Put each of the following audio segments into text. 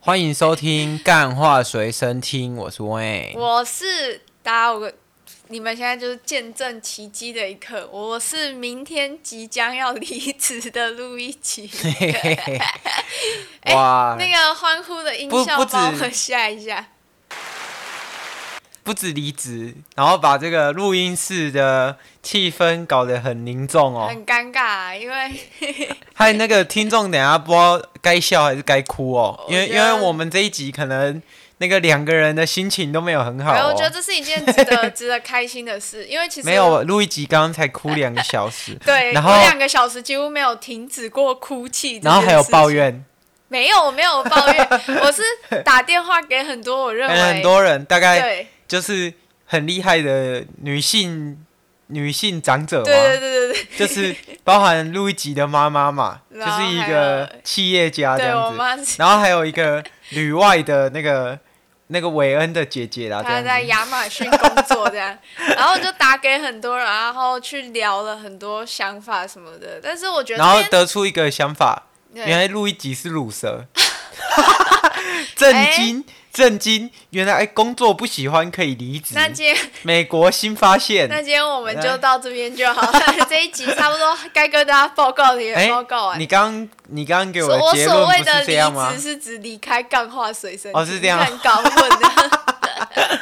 欢迎收听《干话随身听》，我是 Wayne。 我是大家我你们现在就是见证奇迹的一刻，我是明天即将要离职的路易 吉。嘿嘿嘿哇，哎那个欢呼的音效哎不不止帮我下一下，不止离职，然后把这个录音室的气氛搞得很凝重哦，很尴尬、啊，因为害那个听众等一下不知道该笑还是该哭哦，我因为觉因得为我们这一集可能那个两个人的心情都没有很好然后我哦觉。得这是一件值得值得开心 的事，因为其实，没有，录一集刚刚才哭两个小时 对，然我后两个小时几乎没有停止过哭泣，然后还有抱，怨，没有，我没有抱 怨，我是打电话给很多我认为哎很多人大概对就是很厉害的女性女性长者嘛，对对对对就是包含路易吉的妈妈嘛，就 然后是一还有个企业家对，这对我样子，妈是 然后还有一个旅外的那个那个韦恩的姐姐啦，他啊这样在子。亚马逊工作 这样，然后就打给很多人，然后去聊了很多想法什么的。但是我觉得然后这边得出一个想法，对原来路易吉是乳蛇， 震哎惊震惊！原来工作不喜欢可以离职，那今天美国新发现。那今天我们就到这边就好了，这一集差不多该跟大家报告的也哎报告完。你刚你刚给所我的我结所论谓不的是这样吗离职？是指离开干化随身哦是这样很搞混 的。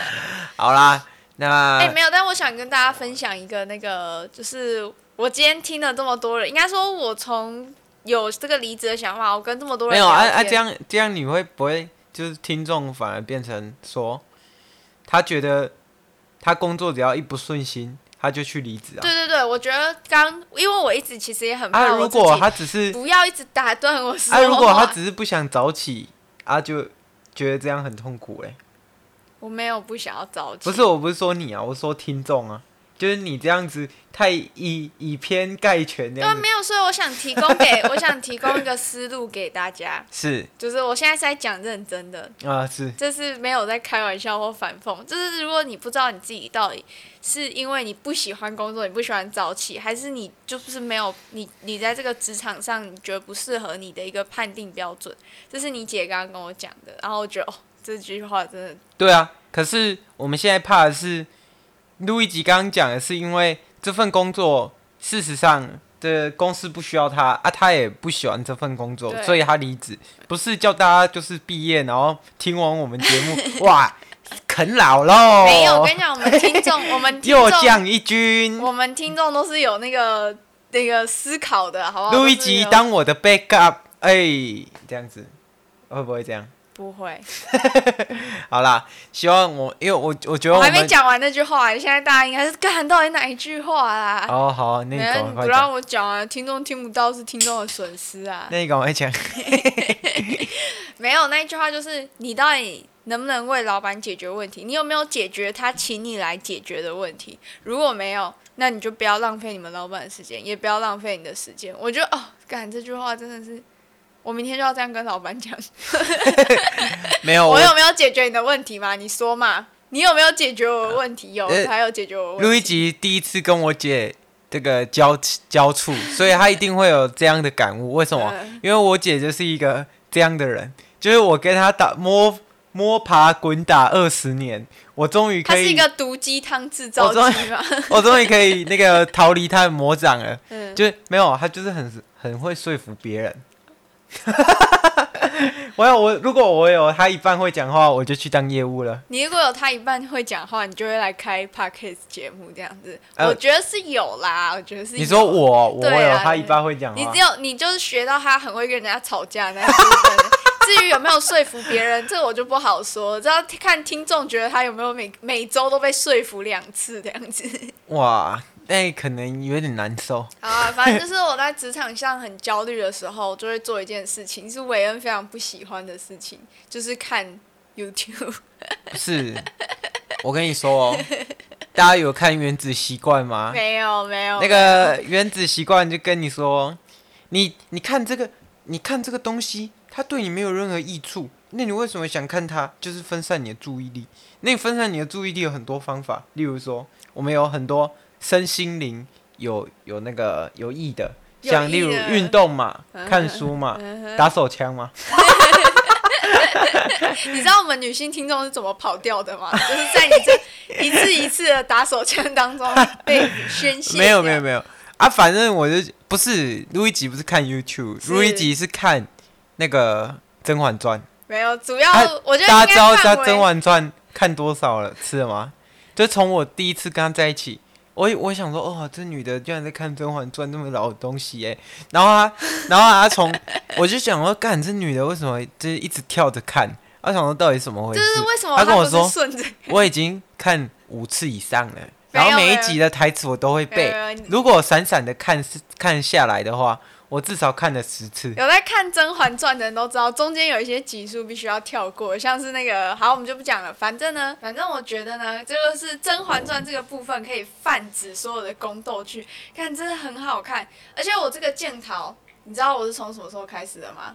好啦，那、啊哎、没有，但我想跟大家分享一个那个，就是我今天听了这么多人，应该说我从有这个离职的想法，我跟这么多人没有啊聊啊，天这样这样你会不会就是听众反而变成说，他觉得他工作只要一不顺心，他就去离职啊？对对对，我觉得刚，因为我一直其实也很啊，怕我如自己，果他只是不要一直打断我说啊，话。如果他只是不想早起啊，就觉得这样很痛苦哎、我没有不想要早起，不是，我不是说你啊，我说听众啊，就是你这样子太以以偏概全这对啊，样子没，有，所以我想提供给 我想提供一个思路给大家，是就是我现在是在讲认真的，啊、是这是没有在开玩笑或反讽，就是如果你不知道你自己到底是因为你不喜欢工作，你不喜欢早起，还是你就是没有你你在这个职场上你觉得不适合你的一个判定标准，这是你姐刚刚跟我讲的，然后我觉得哦，这句话真的对啊，可是我们现在怕的是，路易吉刚刚讲的是，因为这份工作事实上的公司不需要他啊，他也不喜欢这份工作，对所以他离职。不是叫大家就是毕业，然后听完我们节 目，哇，啃老喽，没有，我跟你讲，我们听众，我们听哦又众，降一军。我们听众都是有那个那个思考的，好不好？路易都是吉有当我的 backup，哎、这样子会不会这样？不会，好啦，希望我，因为我我觉得我还没们讲完那句话，现在大家应该是干到底哪一句话啦？哦好，那没你有，赶你快不讲，让我讲啊，听众听不到是听众的损失啊。那你赶快讲。没有那一句话就是你到底能不能为老板解决问题？你有没有解决他请你来解决的问题？如果没有，那你就不要浪费你们老板的时间，也不要浪费你的时间。我觉得哦，干这句话真的是，我明天就要这样跟老 板讲。没有，我有没有解决你的问题吗？你说嘛，你有没有解决我的问题？有， 呃他有解决我的问路题。易吉第一次跟我姐这个交交触，所以他一定会有这样的感悟。为什么？嗯因为我姐就是一个这样的人，就是我跟她打摸摸爬滚打二十年，我终于他可是一以，个毒鸡汤制造我终于机嘛？ 我终于可以那个逃离她的魔掌了。嗯，就是没有，啊她就是很很会说服别人。 我有我，如果我有她一半会讲话，我就去当业务了。你如果有他一半会讲话，你就会来开 podcast 节目这样子。呃我觉得是有啦，我觉得是有。你说我，我对有啊她一半会讲话，你只有你就是学到他很会跟人家吵架那一部分。至于有没有说服别人，这我就不好说，只要看听众觉得他有没有每每周都被说服两次这样子。哇，那可能有点难受。好啊，反正就是我在职场上很焦虑的时候，就会做一件事情，是韦恩非常不喜欢的事情，就是看 YouTube。不是，我跟你说哦，大家有看《原子习惯》吗？没有没有，啊那个《原子习惯》就跟你说，哦你你看这个，你看这个东西，它对你没有任何益处，那你为什么想看它？就是分散你的注意力。那你分散你的注意力有很多方法，例如说，我们有很多身心灵有有那个有益的，有像益嗯例如的运动嘛、看书嘛、打手枪嘛。你知道我们女性听众是怎么跑掉的吗？就是在你这一次一次的打手枪当中被宣泄。没有没有，没有啊，反正我就不是路易吉，不是看 YouTube，是路易吉是看那个《甄嬛传》。没有，主要、啊我觉得大应家知道该他《范甄围嬛传》看多少了次了吗？就从我第一次跟他在一起，我我想说，哦，这女的居然在看《甄嬛传》这么老的东西耶。然后 她，然后她从，我就想说，干这女的为什么就是一直跳着看？我想说到底什么回就事？是为什么他跟不我是说，顺着？ 我已经看五次以上了，没然有后每一没有集的台词我都会没有背。没有你如果我闪闪的看看下来的话，我至少看了十次。有在看《甄嬛传》的人都知道，中间有一些集数必须要跳过，像是那个，好，我们就不讲了。反正呢，反正我觉得呢，这个是《甄嬛传》这个部分可以泛指所有的宫斗剧，看真的很好看。而且我这个剑桃，你知道我是从什么时候开始的吗？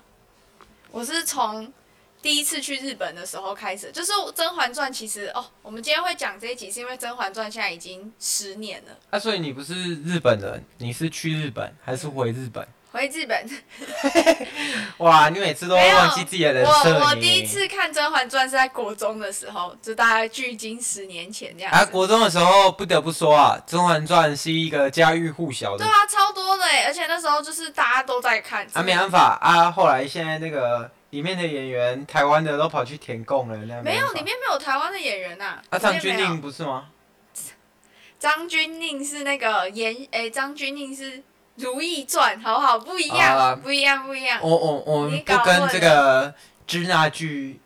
我是从第一次去日本的时候开始，就是《甄嬛传》。其实哦，我们今天会讲这一集，是因为《甄嬛传》现在已经十年了。啊，所以你不是日本人，你是去日本还是回日本？回日本，哇，你每次都会忘记自己的人设我我你第一次看《甄嬛传》是在国中的时候，就大概距今十年前这样子。啊，国中的时候不得不说啊，《甄嬛传》是一个家喻户晓的对，啊，超多的欸，而且那时候就是大家都在看。啊，没办法啊，后来现在那个里面的演员，台湾的都跑去填供了，那没有，办法里面没有台湾的演员呐、啊，里面张钧没有甯不是吗？张钧甯是那个演，哎，张钧甯是《如懿传》，好不好？不一样，啊不一样，不一样。我我我们你不搞跟混这了个支那剧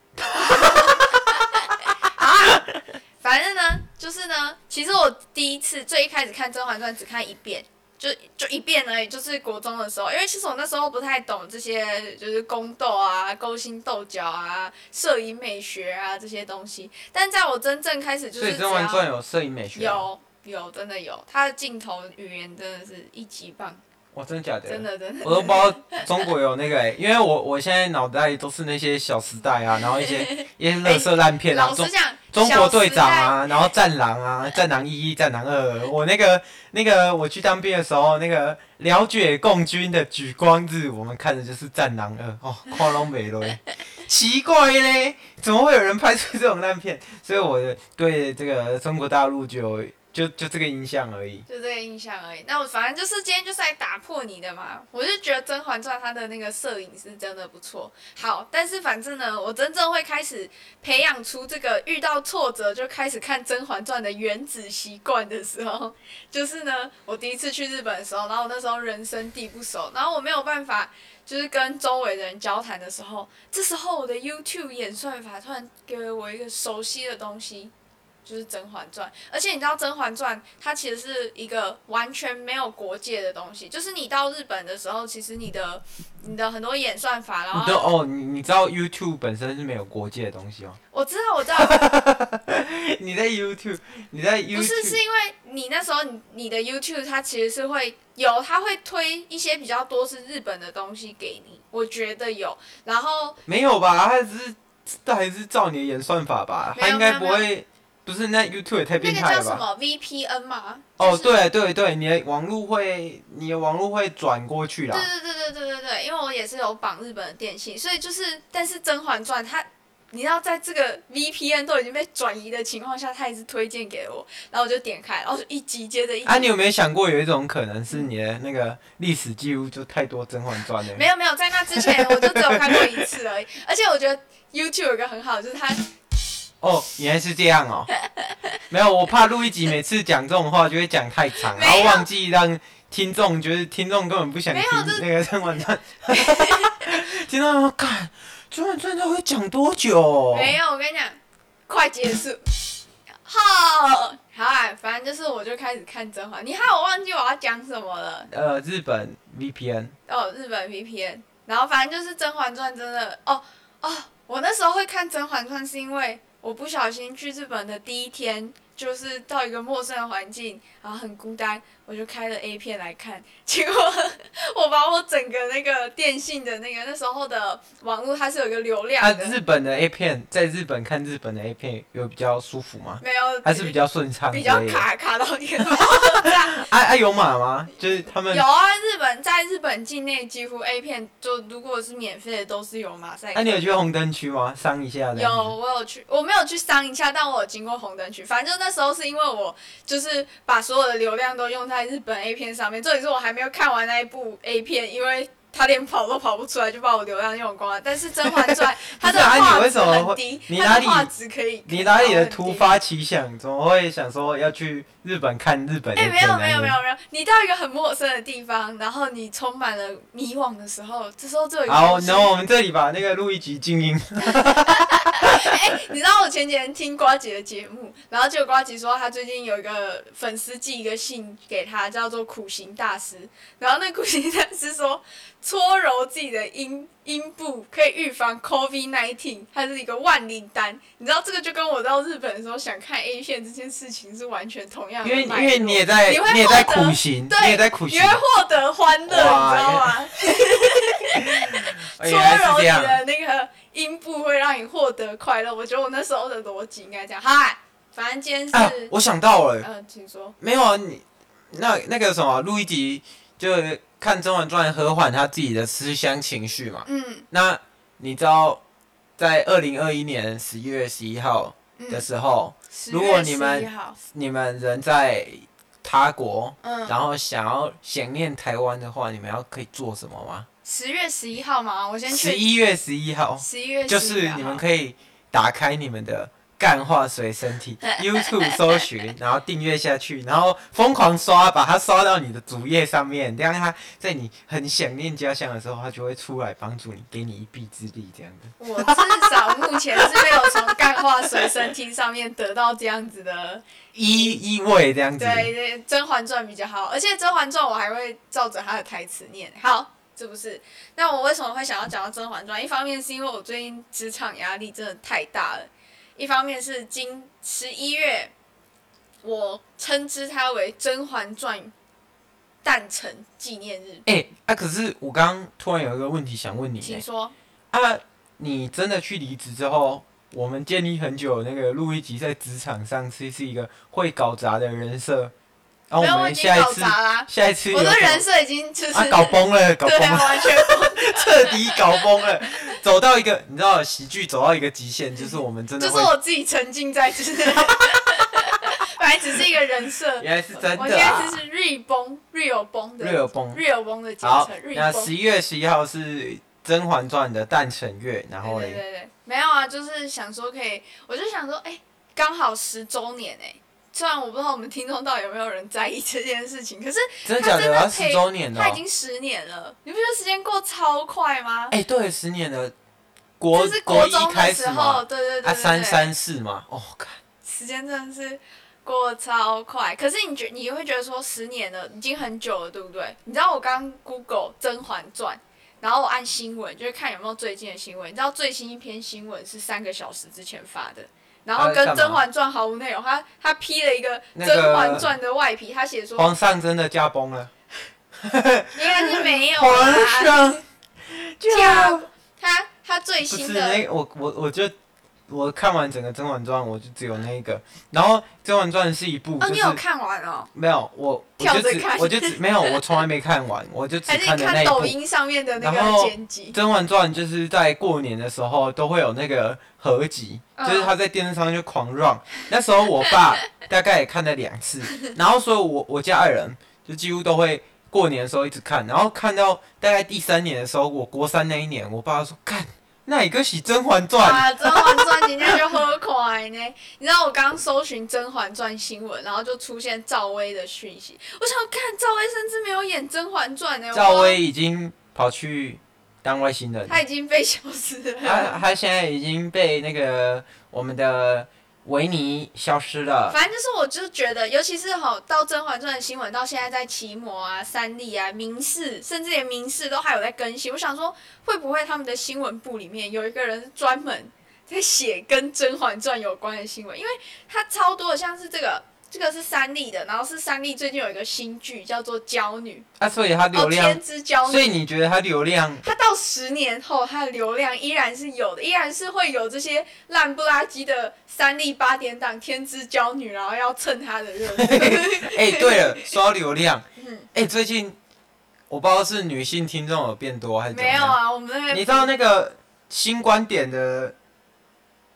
反正呢，就是呢，其实我第一次最一开始看《甄嬛传》只看一遍，就就一遍而已，就是国中的时候。因为其实我那时候不太懂这些，就是宫斗啊、勾心斗角啊、摄影美学啊这些东西。但在我真正开始就所以《是只甄嬛传》要有摄影美学啊，有有真的有，它的镜头语言真的是一级棒，哇，真的假的？真的真的。我都不知道中国有那个、欸，因为我我现在脑袋里都是那些《小时代》啊，然后一些一些垃圾烂片啊， 老中实讲，中国队长小时代啊，然后战狼啊， 战狼一、战狼二，我那个那个我去当兵的时候，那个了解共军的举光日，我们看的就是战狼二哦，夸龙美了 欸，奇怪嘞，怎么会有人拍出这种烂片？所以我对这个中国大陆就有就就这个印象而已。就这个印象而已。那我反正就是今天就是来打破你的嘛。我就觉得《甄嬛传》它的那个摄影是真的不错。好，但是反正呢，我真正会开始培养出这个遇到挫折就开始看《甄嬛传》的原子习惯的时候， 就是呢，我第一次去日本的时候，然后我那时候人生地不熟，然后我没有办法。就是跟周围的人交谈的时候，这时候我的 YouTube 演算法突然给了我一个熟悉的东西，就是《甄嬛传》，而且你知道《甄嬛传》它其实是一个完全没有国界的东西，就是你到日本的时候，其实你的你的很多演算法，然你都后哦，你你知道 YouTube 本身是没有国界的东西哦。 我知道我知道，你在 YouTube，你在 YouTube，不是是因为你那时候你你的 YouTube 它其实是会有，它会推一些比较多是日本的东西给你，我觉得有，然后没有吧？他只是这还是照你的演算法吧？没有他应该不没有会，不是那 YouTube 也太那变个态叫了什吧？么 VPN 嘛，哦，就是对对对，你的网络会，你的网络会转过去啦。对对对对对对对，因为我也是有绑日本的电信，所以就是，但是《甄嬛传》它，你知道，在这个 VPN 都已经被转移的情况下，它也是推荐给我，然后我就点开，然后就一集接着一集。啊，你有没有想过有一种可能是你的那个历史记录就太多《甄嬛传》没了？有没有，在那之前我就只有看过一次而已，而且我觉得 YouTube 有一个很好，就是它哦，原来是这样 哦。没有，我怕录一集每次讲这种话就会讲太长，然后没有忘记让听众，觉得听众根本不想没听有这那个《甄嬛 传》。 听众说，看《甄嬛传》到底会讲多久？没有，我跟你讲，快结束。好，好啊，反正就是我就开始看甄嬛，你害我忘记我要讲什么了。呃，日本 VPN，哦，日本 VPN，然后反正就是《甄嬛传》真的哦哦，我那时候会看《甄嬛传》是因为我不小心去日本的第一天，就是到一个陌生的环境，然后很孤单，我我就开了 A 片来看，结果我把我整个那个电信的那个那时候的网络它是有一个流啊，量的，日本的 A 片，在日本看日本的 A 片有比较舒服吗？没有还是比较顺畅之比类的？较卡卡到你 的。 啊啊，有码吗？就是他们有啊，日本在日本境内几乎 A 片就如果是免费的都是有马赛克。啊，你有去红灯区吗？上一下的。有，我有去，我没有去商一下，但我有经过红灯区。反正就那时候是因为我就是把所有的流量都用在日本 A 片上面，重点是我还没有看完那一部 A 片，因为他连跑都跑不出来，就把我流量用光了。但是《甄嬛 传》它不的是啊你画为质什么很会低，你它哪的里画质可以。你哪里的突突？发奇想，怎么会想说要去日本看日本的哎、片呢？没有没有没有没有，你到一个很陌生的地方，然后你充满了迷惘的时候，这时候就有一个好，东西然后我们这里把那个录一集静音。哎、你知道我前几天听瓜姐的节目，然后就瓜姐说她最近有一个粉丝寄一个信给她，叫做苦行大师。然后那苦行大师说，搓揉自己的阴阴部可以预防 COVID nineteen，它是一个万灵丹。你知道这个就跟我到日本的时候想看 A 片这件事情是完全同样的因为因脉络为你也在你会获得你也在苦行，对你也在苦你行会，获得欢乐，你知哇道吗？哎搓原来是揉这你样。的那个阴部会让你获得快乐。我觉得我那时候的逻辑应该这样。嗨，反正今天是，啊，我想到了，呃，请说。没有啊，你那那个什么录一集就看《甄嬛传》和缓他自己的思乡情绪嘛。嗯那你知道，在二零二一年十一月十一号的嗯，时候， 10如果月你11们号你们人在他国，嗯然后想要想念台湾的话，你们要可以做什么吗？十月十一号嘛，我先十去一月十一号，十一月11就是你们以可以打开你们的干化随身 体 YouTube 搜寻，然后订阅下去，然后疯狂刷，把它刷到你的主页上面，这样它在你很想念家乡的时候，它就会出来帮助你，给你一臂之力这样的。我至少目前是没有从干化随身听上面得到这样子的，一一位这样子，对对，《甄嬛传》比较好，而且《甄嬛传》我还会照着它的台词念。好。是不是？那我为什么会想要讲到《甄嬛传》？一方面是因为我最近职场压力真的太大了，一方面是今十一月，我称之它为《甄嬛传》诞辰纪念日。哎、啊，可是我刚刚突然有一个问题想问你、请欸，说。啊，你真的去离职之后？我们建立很久那个路易吉在职场上是是一个会搞砸的人设，然、没后啊有，我我们已经下一搞次砸啦。下一次有我的什么人设已经就是、啊，搞崩了，搞对崩啊，了，完全彻底搞崩了，走到一个你知道喜剧走到一个极限，就是我们真就的是会，我自己沉浸在，就是 本来只是一个人设，原来是真我的现在啊就是 real 崩，real 崩的，real 崩。 real 崩的简好称，那，real 崩。十一月十一号是《甄嬛传》的诞辰月，然后哎对对嘞，对对，没有啊，就是想说可以，我就想说，哎、刚好十周年哎、虽然我不知道我们听众到底有没有人在意这件事情，可是真的假他真的？的要可以十周年了哦它已，经十年了，你不觉得时间过超快吗？哎，对，十年了，国就是国一中开的始时候，嘛，对对对对啊，对，三三四嘛，哦，看时间真的是过得超快。可是你觉你会觉得说十年了，已经很久了，对不对？你知道我刚 Google《甄嬛传》，然后我按新闻，就是看有没有最近的新闻。你知道最新一篇新闻是三个小时之前发的。然后他在跟干嘛《甄嬛传》毫无内容，他他批了一个《那个甄嬛传》的外皮，他写说皇上真的驾崩了，应该是没有皇啦。上啊驾他他最不新是的那我我我就我看完整个《甄嬛传》，我就只有那个。然后《甄嬛传》是一部哦，就你是、有看完哦？没有我我跳就着只看我就只没有我从来没看完，我就只还是看你了那看一抖部。音上面的那然个后剪辑《甄嬛传》就是在过年的时候都会有那个合集，嗯就是他在电视上就狂 run。那时候我 爸大概也看了两次，然后所以我我家爱人就几乎都会过年的时候一直看，然后看到大概第三年的时候，我国三那一年，我爸说：“看，那一个洗《甄嬛传》。”啊，《甄嬛传》今天就喝快呢。你知道我刚搜寻《甄嬛传》新闻，然后就出现赵薇的讯息。我想看赵薇甚至没有演《甄嬛传》呢，我赵不知道，薇已经跑去当外星人，她已经被消失她了。她现在已经被那个我们的维尼消失了。反正就是，我就是觉得，尤其是吼到《甄嬛传》的新闻，到现在在奇摩啊、三立啊、民视，甚至连民视都还有在更新。我想说，会不会他们的新闻部里面有一个人是专门在写跟《甄嬛传》有关的新闻？因为他超多的，像是这个这个是三立的，然后是三立最近有一个新剧叫做《娇女啊，所以它》，流哦，量天，之娇所以女。你觉得它流 量它到十年后，它的流量依然是有的，依然是会有这些烂不拉几的三立八点档天之娇女，然后要蹭它的热度。哎、 对了，说到流量，嗯哎、最近我不知道是女性听众有变多还是怎么没有样，啊，我们那边你知道那个新观点的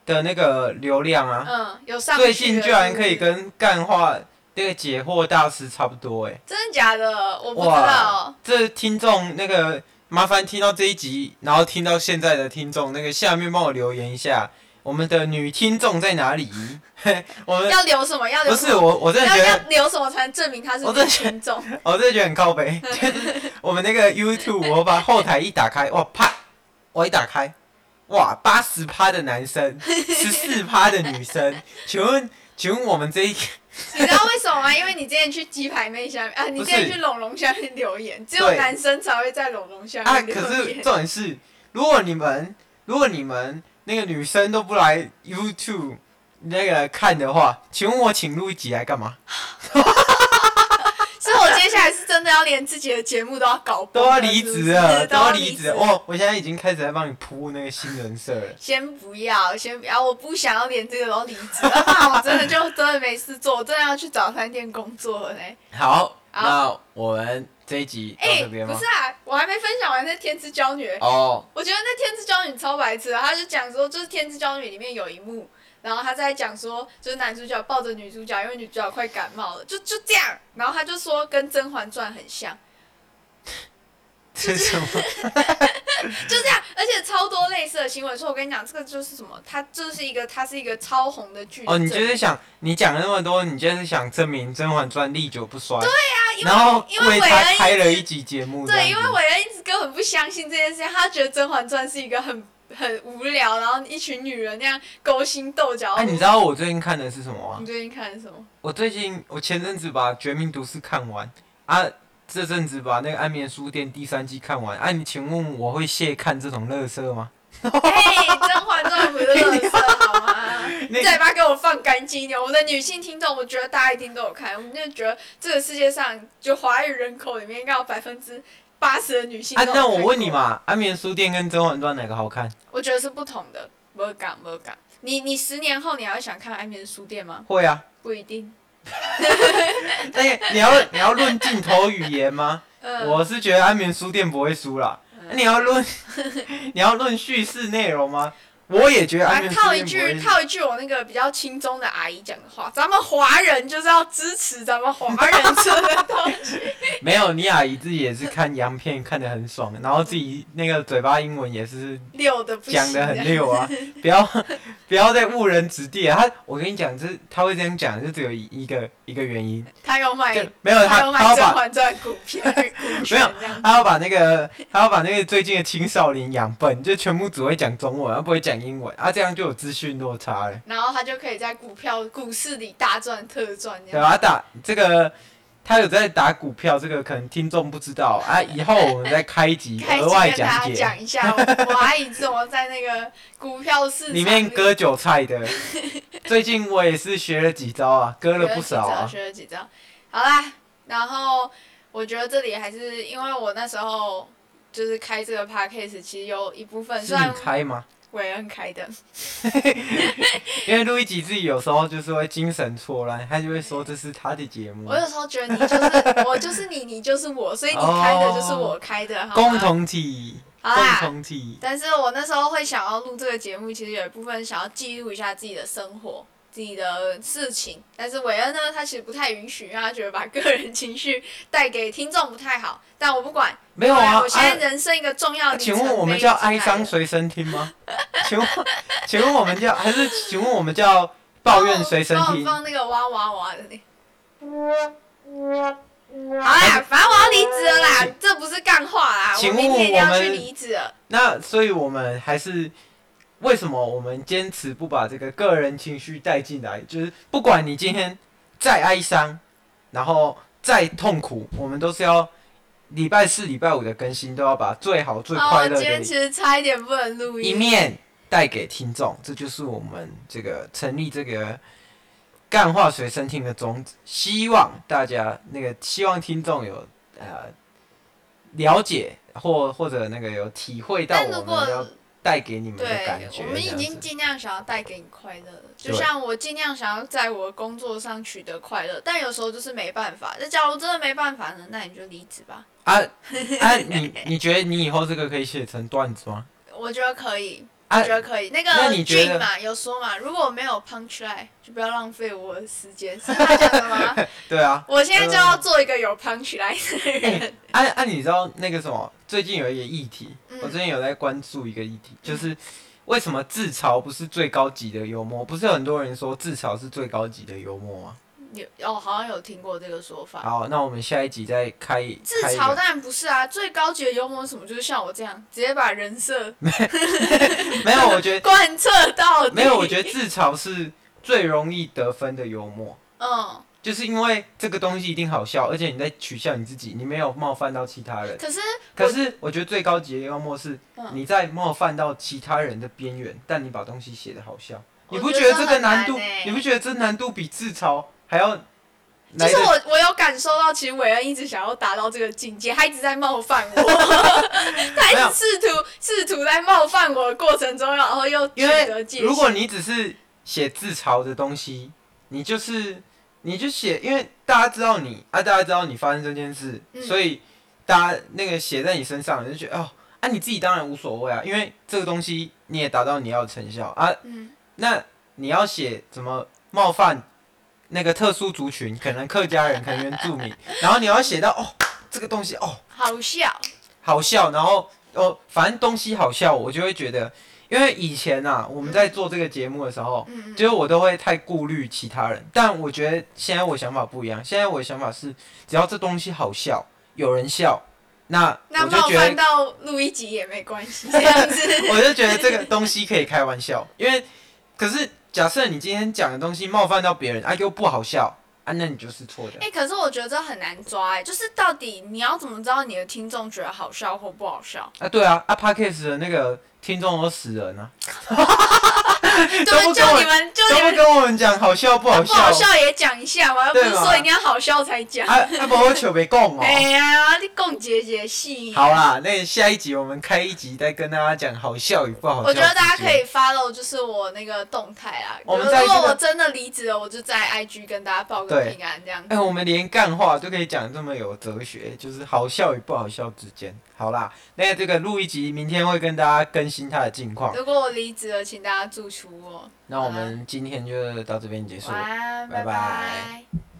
的那个流量啊，嗯有上最去近了居然可以跟干话那个解惑大师差不多哎、真的假的？我不知哇道，这听众那个麻烦听到这一集，然后听到现在的听众，那个下面帮我留言一下，我们的女听众在哪里？ 我们要留什么？要留不什是么我，我真的觉要得要留什么才能证明他是我真女的觉 听众？我真的觉得很靠北， 就是我们那个 YouTube，我把后台一打开，哇啪，我一打开，哇八十趴的男生，十四趴的女生， 请问请问我们这一你知道为什么吗？因为你之前去鸡排妹下面啊，你不之是前去龙龙下面留言，只有对男生才会在龙龙下啊，面可留是言。重点是，如果你们如果你们那个女生都不来 YouTube 那个看的话，请问我请录一集来干嘛？所以我接下来是真的要连自己的节目都要搞崩都要离是不职哦是了，都要离职了。我我现在已经开始在帮你铺那个新人设 了。先不要，先不要，我不想要连这个都离职，要 不然我真的就真的没事做，我真的要去早餐店工作了嘞。好，好那我们这一集到哎、这边不吗是？啊，我还没分享完那天之娇女、哦。 我觉得那《天之娇女》超白痴的，啊他就讲说，就是《天之娇女》里面有一幕，然后他在讲说，就是男主角抱着女主角，因为女主角快感冒了，就就这样，然后他就说跟《甄嬛传》很像，是什 么？就这样，而且超多类似的新闻。说我跟你讲，这个就是什么，它就是一个，它是一个超红的剧。哦，你就是想你讲了那么多，你就是想证明《甄嬛传》历久不衰。对啊，因为然后因为他韦开恩了一一集节目，对，因为我伟人一直根本不相信这件事情，他觉得《甄嬛传》是一个很很无聊，然后一群女人那样勾心斗角。哦哎、你知道我最近看的是什么吗？你最近看的什么？ 我最近我前阵子把《绝命毒师》看完啊，这阵子把那个《安眠书店》第三季看完啊。你请问我会谢看这种乐色吗？嘿，《甄嬛传》不是 垃圾好吗？那再把它给我放干净一点。我们的女性听众，我觉得大家一定都有看，我们就觉得这个世界上就华语人口里面应该有百分之八十的女性。啊，那我问你，嘛，《安眠书店》跟《甄嬛传》哪个好看？我觉得是不同的，没港没港。你你十年后你还会想看《安眠书店》吗？会 啊，不一定。那个你要你要论镜头语言吗？ 嗯、我是觉得安眠书店不会输啦。啊你要论 你要论叙事内容吗？我也觉得安来眠书套一店不句会输。套一句我那个比较轻松的阿姨讲的话，咱们华人就是要支持咱们华人说的东西。 没有，你阿姨自己也是看洋片看得很爽，然后自己那个嘴巴英文也是溜的不行，讲的很溜 啊，不要不要再误人子弟啊！他我跟你讲，这他会这样讲，就只有一一个一个原因，他有买就没有哎他他有他买《要甄把嬛传》股票，股没有权这样 他要把那个他要把那个最近的青少年养笨，就全部只会讲中文，而不会讲英文啊，这样就有资讯落差了。然后他就可以在股票股市里大赚特赚这对样。啊，打这个他有在打股票，这个可能听众不知道 啊，以后我们再开一集开啊额始外跟讲大家解，讲一下，我我阿姨怎么在那个股票市场里面割韭菜的。最近我也是学了几招啊，割了学不少啊。学了几招。好啦，然后我觉得这里还是因为我那时候就是开这个 podcast，其实有一部分是虽你然开嗯吗？韦恩开的，因为录一集自己有时候就是会精神错乱，他就会说这是他的节目我，有时候觉得你就是我就是你，你就是我，所以你开的就是我开的，好吗哦共同体，好共啦。同体。但是我那时候会想要录这个节目，其实有一部分想要记录一下自己的生活、自己的事情。但是韦恩呢，他其实不太允许，因为他觉得把个人情绪带给听众不太好。但我不管，没有啊，我现在人生一个重要啊的、请问我们叫哀伤？随身听吗？请问，请问我们叫还是请问我们叫抱怨随身哦帮我听？放那个哇哇哇的那。好啦，反正我要离职了啦，这不是干话啦，我请明天一定问要我去们离职了。那所以我们还是为什么我们坚持不把这个个人情绪带进来？就是不管你今天再哀伤，然后再痛苦，我们都是要礼拜四、礼拜五的更新都要把最好、最哦，快我乐今天其的实差一点不能录一音。面带给听众。这就是我们这个成立这个呃干话随身听的宗旨，希望大家那个希望听众有呃了解或或者那个有体会到但如我们要果带给你们的感对，觉。我们这已样经子尽量想要带给你快乐了，就对像我尽量想要在我的工作上取得快乐，但有时候就是没办法。那假如真的没办法呢，那你就离职吧。啊啊，你 你觉得你以后这个可以写成段子吗？我觉得可以，啊 我觉得可以。那那个你觉得 Jun 嘛，有说嘛，如果没有 punch line，就不要浪费我的时 间，是他讲的吗？对啊，我现在就要做一个有 punch line 的人。啊啊，你知道那个什么？最近有一个议题，嗯我最近有在关注一个议题，就是为什么自嘲不是最高级的幽默？不是有很多人说自嘲是最高级的幽默吗？有哦，好像有听过这个说法。嗯好，那我们下一集再开自开一嘲个当然不是啊，最高级的幽默是什么？就是像我这样，直接把人设 没有，我觉得 贯彻到底。没有，我觉得自嘲是最容易得分的幽默，嗯，就是因为这个东西一定好笑，而且你在取笑你自己，你没有冒犯到其他人。可是可是我觉得最高级的幽默是嗯你在冒犯到其他人的边缘，但你把东西写的好笑，我你不觉觉得得这个难度很难欸？你不觉得这难度比自嘲还要就来是的？我，我有感受到，其实韦恩一直想要达到这个境界，他一直在冒犯 我，他一没有直试图试图在冒犯我的过程中，然后又取因得为界限。如果你只是写自嘲的东西，你就是你就写，因为大家知道你啊，大家知道你发生这件事，嗯所以大家那个写在你身上，你就觉得哦啊，你自己当然无所谓啊，因为这个东西你也达到你要的成效啊，嗯，那你要写怎么冒犯那个特殊族群，可能客家人，可能原住民，然后你要写到哦，这个东西哦好笑，好笑，然后哦反正东西好笑，我就会觉得，因为以前啊我们在做这个节目的时候，嗯嗯就是我都会太顾虑其他人，但我觉得现在我想法不一样，现在我的想法是，只要这东西好笑，有人笑，那那我就冒觉得犯到录一集也没关 系，这样子。我就觉得这个东西可以开玩笑，因为可是假设你今天讲的东西冒犯到别人，啊又不好笑啊，那你就是错的哎、。可是我觉得这很难抓、哎，就是到底你要怎么知道你的听众觉得好笑或不好 笑？啊，对啊，啊 p a c k e s 的那个听众都死人 啊，都对，不就跟我你们，就你都不们跟我们讲好笑不好不笑，好笑也讲一下嘛，又不是对嘛说一定要好笑才讲。啊啊，不我求别供 哎哦。呀，你共结结戏。好啦，那下一集我们开一集再跟大家讲好笑与不好笑。我觉得大家可以，follow 就是我那个动态啦。我们在如这果个我真的离职了，我就在 IG 跟大家报个对平安这样 哎、子。我们连干话都可以讲这么有哲学，就是好笑与不好笑之间。好啦，那这个录一集，明天会跟大家更新它的近况。如果我离职了，请大家祝福我。那我们今天就到这边结束。晚安，拜拜拜拜